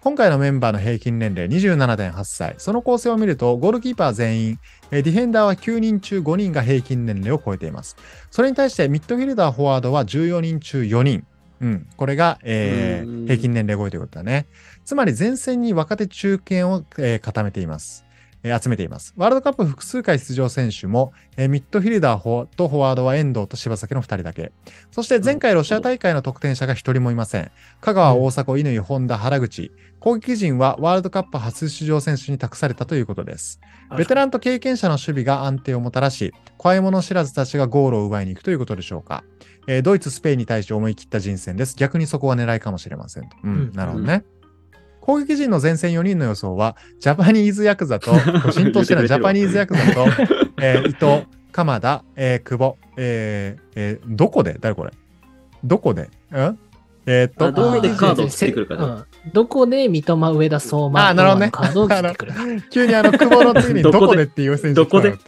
A: 今回のメンバーの平均年齢27.8歳。その構成を見ると、ゴールキーパー全員、えーディフェンダーは9人中5人が平均年齢を超えています。それに対して、ミッドフィルダー、フォワードは14人中4人。うん。これが、えー
C: うん
A: 平均年齢超えということだね。つまり前線に若手中堅を、えー固めています。えー集めています。ワールドカップ複数回出場選手も、えーミッドフィルダーフォとフォワードは遠藤と柴崎の2人だけ。そして前回ロシア大会の得点者が1人もいません。香川、大迫、乾、本田、原口。攻撃陣はワールドカップ初出場選手に託されたということです。ベテランと経験者の守備が安定をもたらし、怖いもの知らずたちがゴールを奪いに行くということでしょうか。えードイツ、スペインに対して思い切った人選です。逆にそこは狙いかもしれませんと。うん、
B: うん
A: なるほどね。攻撃陣の前線4人の予想は、ジャパニーズヤクザ
C: [LAUGHS]
A: と、浸透してないジャパニーズヤクザと、えー伊藤、鎌田、えー久保、えーえーどこで誰これどこでんえーっと、
C: あどう見て
B: あ
C: カードを切ってくるかだ
B: うんどこで三笘、上田、相馬、
A: あなるほどね
B: カードを切って
A: [LAUGHS]
B: くるか。
A: 急にあの、久保の次にどこでっていう選手
C: どこで
A: はい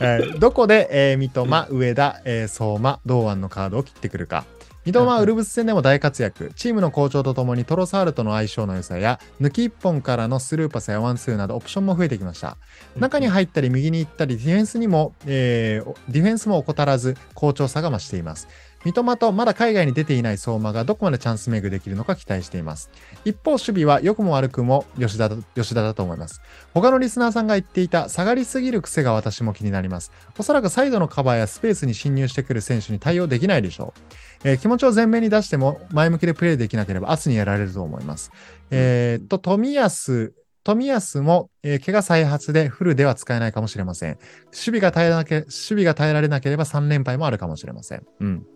A: えーどこで、えー三笘、上田、えー相馬、堂安のカードを切ってくるか。三笘はウルブス戦でも大活躍。チームの好調とともにトロサールとの相性の良さや、抜き一本からのスルーパスやワンツーなどオプションも増えてきました。中に入ったり右に行ったり、ディフェンスにも、えーディフェンスも怠らず、好調さが増しています。三笘とまだ海外に出ていない相馬がどこまでチャンスメイクできるのか期待しています。一方、守備は良くも悪くも吉田だ吉田だと思います。他のリスナーさんが言っていた下がりすぎる癖が私も気になります。おそらくサイドのカバーやスペースに侵入してくる選手に対応できないでしょう。えー気持ちを前面に出しても前向きでプレーできなければ圧にやられると思います。えーっと、富安、富安も、えー怪我再発でフルでは使えないかもしれません。守備が耐えなけ、守備が耐えられなければ3連敗もあるかもしれません。うん。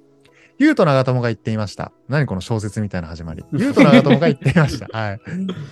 A: ゆうと長友が言っていました。何この小説みたいな始まり。ゆうと長友が言っていました。はい。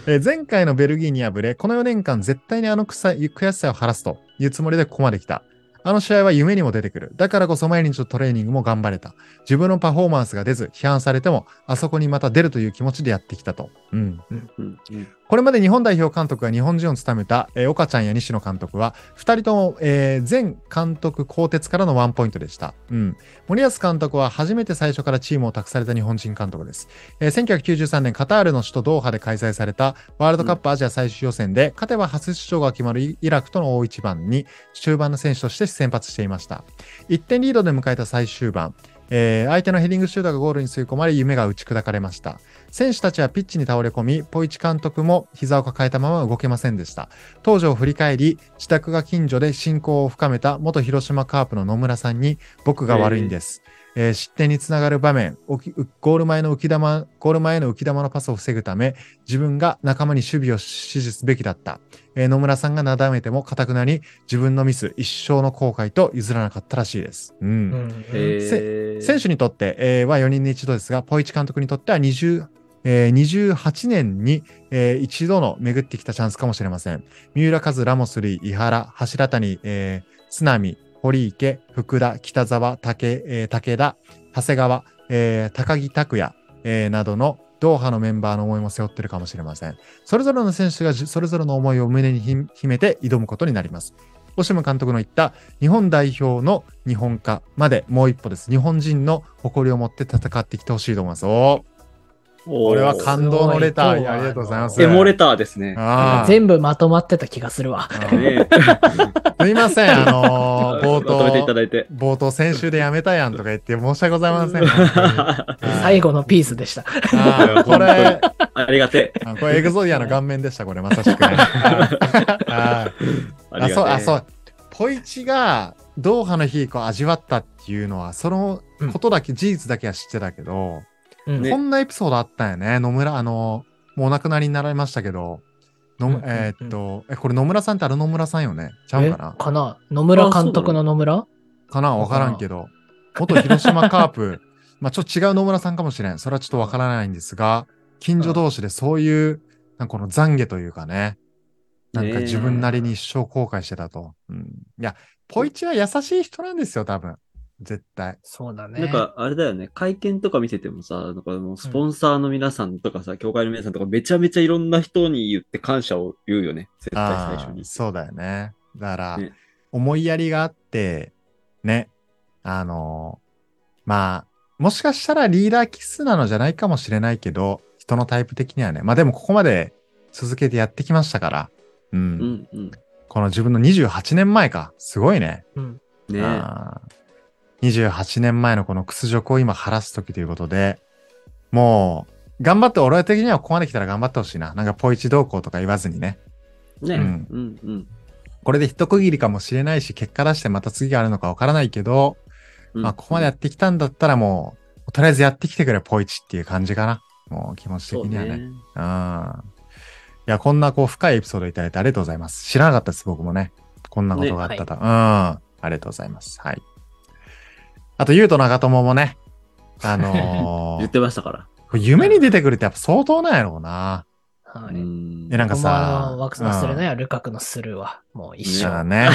A: えー前回のベルギーに敗れ、この4年間絶対にあの臭い悔しさを晴らすというつもりでここまで来た。あの試合は夢にも出てくる。だからこそ毎日のトレーニングも頑張れた。自分のパフォーマンスが出ず、批判されても、あそこにまた出るという気持ちでやってきたと。うん。
C: うんうん
A: これまで日本代表監督が日本人を務めた、えー岡ちゃんや西野監督は、2人とも、えー前監督更迭からのワンポイントでした。うん。森保監督は初めて最初からチームを託された日本人監督です。えー1993年カタールの首都ドーハで開催されたワールドカップアジア最終予選で、勝てば初出場が決まるイイラクとの大一番に中盤の選手として先発していました。1点リードで迎えた最終盤、えー相手のヘディングシュートがゴールに吸い込まれ夢が打ち砕かれました。選手たちはピッチに倒れ込み、ポイチ監督も膝を抱えたまま動けませんでした。当時を振り返り、自宅が近所で親交を深めた元広島カープの野村さんに、僕が悪いんです。えー失点につながる場面、おきうゴール前の浮き玉、ゴール前の浮き玉のパスを防ぐため、自分が仲間に守備を指示すべきだった。えー野村さんがなだめても固くなり、自分のミス、一生の後悔と譲らなかったらしいです。うん
B: うん
C: え
A: 選手にとって、えーは4人に一度ですが、ポイチ監督にとっては20、えー28年に、えー一度の巡ってきたチャンスかもしれません。三浦和、ラモスリー、井原、柱谷、えー、津波、堀池、福田、北沢、竹、えー武田、長谷川、えー高木拓也、えーなどのドーハのメンバーの思いも背負ってるかもしれません。それぞれの選手がじそれぞれの思いを胸にひ秘めて挑むことになります。オシム監督の言った日本代表の日本化までもう一歩です。日本人の誇りを持って戦ってきてほしいと思います。おーこ
C: こ
A: れは感動のレタ
B: すごい
A: ーありがとうございます。
C: エモレターですね。
B: [LAUGHS]
A: あー
B: 全部まとまってた気がするわ。
A: [LAUGHS] あー
C: ね
A: すいません、あのー冒
C: まとめてい
A: 頭、
C: た [LAUGHS] だいて。
A: 冒頭先週でやめたやんとか言って申し訳ございません。本当に
B: 最後のピースでした。
A: あーこれ、
C: ありがてえ。
A: あこれエグゾディアの顔面でした、これ、まさしくね。はい
C: あ
A: [LAUGHS] あ
C: りがてえ
A: そう、あ、そう。ポイチがドーハの日こう味わったっていうのは、そのことだけ、事実だけは知ってたけど、
B: うん
A: こんなエピソードあったんやね。野村、あの、もうお亡くなりになられましたけど、の
B: うんうんうん
A: えーっと、え、これ野村さんってあの野村さんよねちゃう
B: え
A: かな
B: かな野村監督の野村
A: かなわからんけど、元広島カープ、 [LAUGHS] まあちょっと違う野村さんかもしれん。それはちょっとわからないんですが、近所同士でそういう、なんかこの懺悔というかね、なんか自分なりに一生後悔してたと。うん、いや、ポイチは優しい人なんですよ、多分。絶対。
B: そうだね。
C: なんか、あれだよね、会見とか見ててもさ、なんかもうスポンサーの皆さんとかさ、協会の皆さんとか、めちゃめちゃいろんな人に言って感謝を言うよね、絶対最
A: あ
C: 初に
A: あ、。そうだよね。だから、
C: ね
A: 思いやりがあって、ね、あのーまあ、もしかしたらリーダー気質なのじゃないかもしれないけど、人のタイプ的にはね、まあでもここまで続けてやってきましたから、うん。
C: うんうん。
A: この自分の28年前か、すごいね。
B: うん、
C: ね
A: あー28年前のこの屈辱を今晴らす時ということで、もう、頑張って、俺的にはここまで来たら頑張ってほしいな。なんかポイチ同行とか言わずにね。
C: ね
A: うん
C: うんうん
A: これで一区切りかもしれないし、結果出してまた次があるのかわからないけど、
C: うん。
A: まあ、ここまでやってきたんだったらもう、とりあえずやってきてくれ、ポイチっていう感じかな。もう気持ち
C: そ
A: 的
C: う
A: にはね。う
C: ね。
A: ん。いや、こんなこう深いエピソードいただいてありがとうございます。知らなかったです、僕もね。こんなことがあったと。うん。ありがとうございます。はい。あと、ゆうと長友もね、あの
C: [LAUGHS] 言っ
A: ー、
C: てましたから。
A: これ夢に出てくるってやっぱ相当なんやろうな。
B: は
C: う
B: い。
C: ん
A: え、なんか
B: ここもあ
A: さ
B: の、、ワックスのするね、ルカクのするは、もう一
A: 一緒だ
C: [LAUGHS]
B: 緒。
A: ね。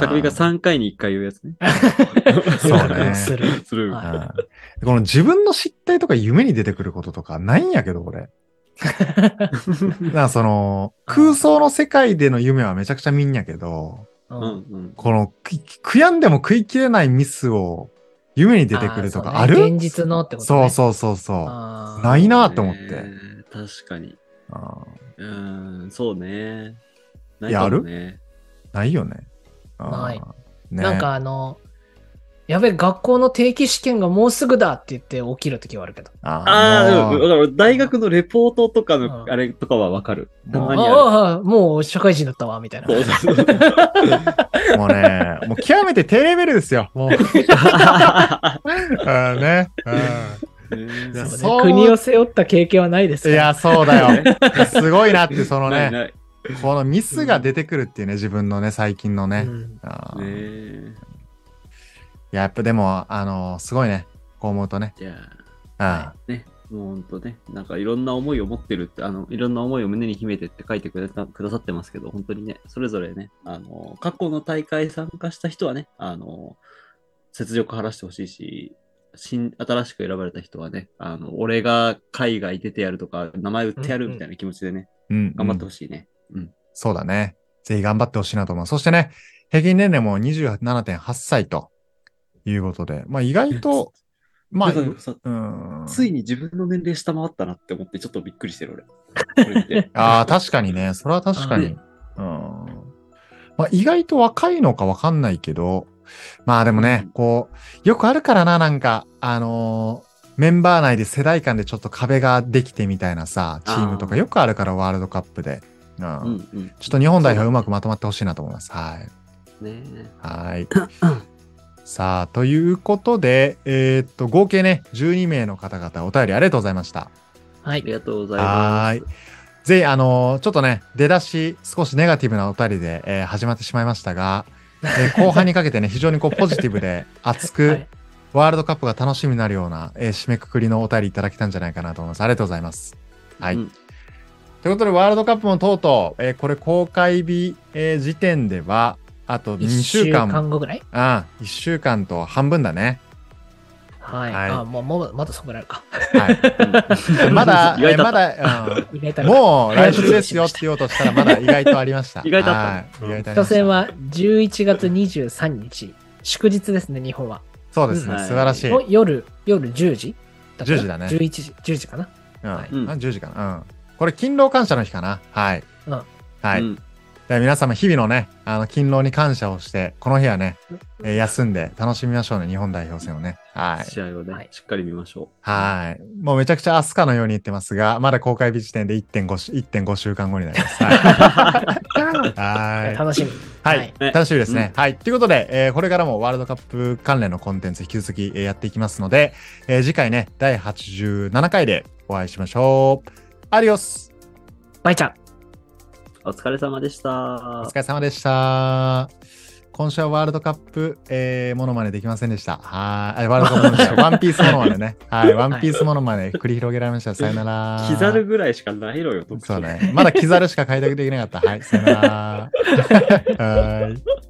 C: 匠が3回に1回言うやつね。
A: [LAUGHS] そうね
B: ルカクのする。
C: する。
B: は
A: うんこの自分の失態とか夢に出てくることとかないんやけど、俺。
B: [LAUGHS]
A: なんかその、空想の世界での夢はめちゃくちゃ見んやけど、
B: う
C: うんんうん。
A: この、く悔やんでも食いきれないミスを夢に出てくるとかあ
B: ー
A: る
B: そうね現実のってこと
A: そう
B: ね。う。
A: そうそうそな
B: ない
A: なと思って
C: ね。確か
A: う。
C: に。
A: うん
C: うーん、そうね。ない
A: や
C: か
A: ある
C: もね。
A: ないよね。うん
B: ない。
A: ね
B: なんかあの、やべえ、学校の定期試験がもうすぐだって言って起きるときはあるけど。
C: あ
A: も
C: あ、で
A: う
C: もだから大学のレポートとか
B: う
C: の
B: ん
C: あれとかはわかる。た
A: もう
C: まにある。
B: ああ、もう社会人だったわ、みたいな。
C: そうそ
A: [LAUGHS]
C: うそう
A: もうね、もう極めて低レベルですよ。も
B: [LAUGHS]
A: う。うんね。うんいや
C: ね
A: そう
B: 国を背負った経験はないです
A: い
B: から
A: や、そうだ
C: [LAUGHS]
A: よ。いやすごいなって、その
C: ない
A: ね。
C: ない。
A: このミスが出てくるっていうね、自分のね、最近のね。
B: うん
A: あ
C: ね
A: ーい
C: え
A: や、やっぱでも、あのーすごいね。こう思うとね。
C: じゃ
A: あ
C: あ。ね、もうほんとね、なんかいろんな思いを持ってるって、あの、いろんな思いを胸に秘めてって書いてくれたくださってますけど、本当にね、それぞれね、あの、過去の大会参加した人はね、あの、雪辱を晴らしてほしいし、新、新しく選ばれた人はね、あの、俺が海外出てやるとか、名前売ってやるみたいな気持ちでね、
A: うん。
C: 頑張って
A: うん
C: ほしいね。
A: そうだね。ぜひ頑張ってほしいなと思う。そしてね、平均年齢も27.8歳ということで、まあ意外
C: [LAUGHS]
A: と、まあ、
C: なん
A: う
C: かさ
A: ん。
C: ついに自分の年齢下回ったなって思って、ちょっとびっくりし
A: [LAUGHS]
C: てる俺。これ見て
A: ああ、確かにね。それは確かに。うん。まあ、意外と若いのかわかんないけど、まあでもね、
C: うん
A: こう、よくあるからな、なんか、あのーメンバー内で世代間でちょっと壁ができてみたいなさ、チームとか
C: あー
A: よくあるから、ワールドカップで。うん。
C: うんうん。
A: ちょっと日本代表うまくまとまってほしいなと思います。はい。
C: ね
A: [LAUGHS] はい。さあ、ということで、えーっと、合計ね、12名の方々、お便りありがとうございました。
B: は
C: あり
B: い。
C: がとうございます。
A: はーぜひ、あのーちょっとね、出だし、少しネガティブなお便りで、えー始まってしまいましたが、え
C: [LAUGHS]
A: ー後半にかけてね、非常にこう、ポジティブで、熱く、
B: はい
A: ワールドカップが楽しみになるような、えー締めくくりのお便りいただけたんじゃないかなと思います。ありがとうございます。はい。
C: うん
A: ということで、ワールドカップもとうとう、えーこれ公開日、えー時点では、あと2
B: 1
A: 週
B: 週
A: 間、
B: 間後ぐらい
A: あ1週間と半分だね。
B: はい。
A: はい
B: あ、もう、もう、まだそこにあるか。
C: [LAUGHS]
A: はい。ま [LAUGHS] だ、
C: 意外
A: えー
C: だ
A: ま
C: った
A: だ、うん
B: 意外とあるか
A: もう来週ですよって言おうとしたら、まだ意外とありました。
C: [LAUGHS] 意外とあった
A: はい意外とありま
B: 初
A: した
B: 戦は11月23日、祝日ですね、日本は。
A: そうですね、
C: はい
A: 素晴らしい。
B: お夜、夜10時だった
A: 10時だね
B: 11時、10時かな。
A: うん
B: はい
A: うん、10時かな。うん。これ、勤労感謝の日かな。はい。
B: うん
A: はい。
C: うん
A: では皆様、日々のね、あの、勤労に感謝をして、この日はね、えー休んで楽しみましょうね、日本代表戦をね。はい。
C: 試合を
B: はい
C: ね、しっかり見ましょ
A: はい。もうめちゃくちゃ明日かのように言ってますが、まだ公開日時点で1.5し、1.5週間後になります。 [LAUGHS] はい。はい。
B: 楽しみ。
A: はい、
B: はい
C: ね
A: 楽しみですね。はい。ということで、えーこれからもワールドカップ関連のコンテンツ引き続き、えーやっていきますので、えー次回ね、第87回でお会いしましょう。アディオス
B: バイちゃん。
C: う。お疲れ様でした
A: お疲。れ様でした。今週はワールドカップ、えー、モノマネできませんでした。はい。あワールドカップモノマ [LAUGHS] ネじゃない、ワンピースモノマネね。はい。ワンピースモノマネ繰り広げられました。さよな [LAUGHS] ら。
C: キザルぐらいしかないのよ、特徴
A: [LAUGHS] そうね。まだキザルしか開拓できなかった。はい。さよなら。はい。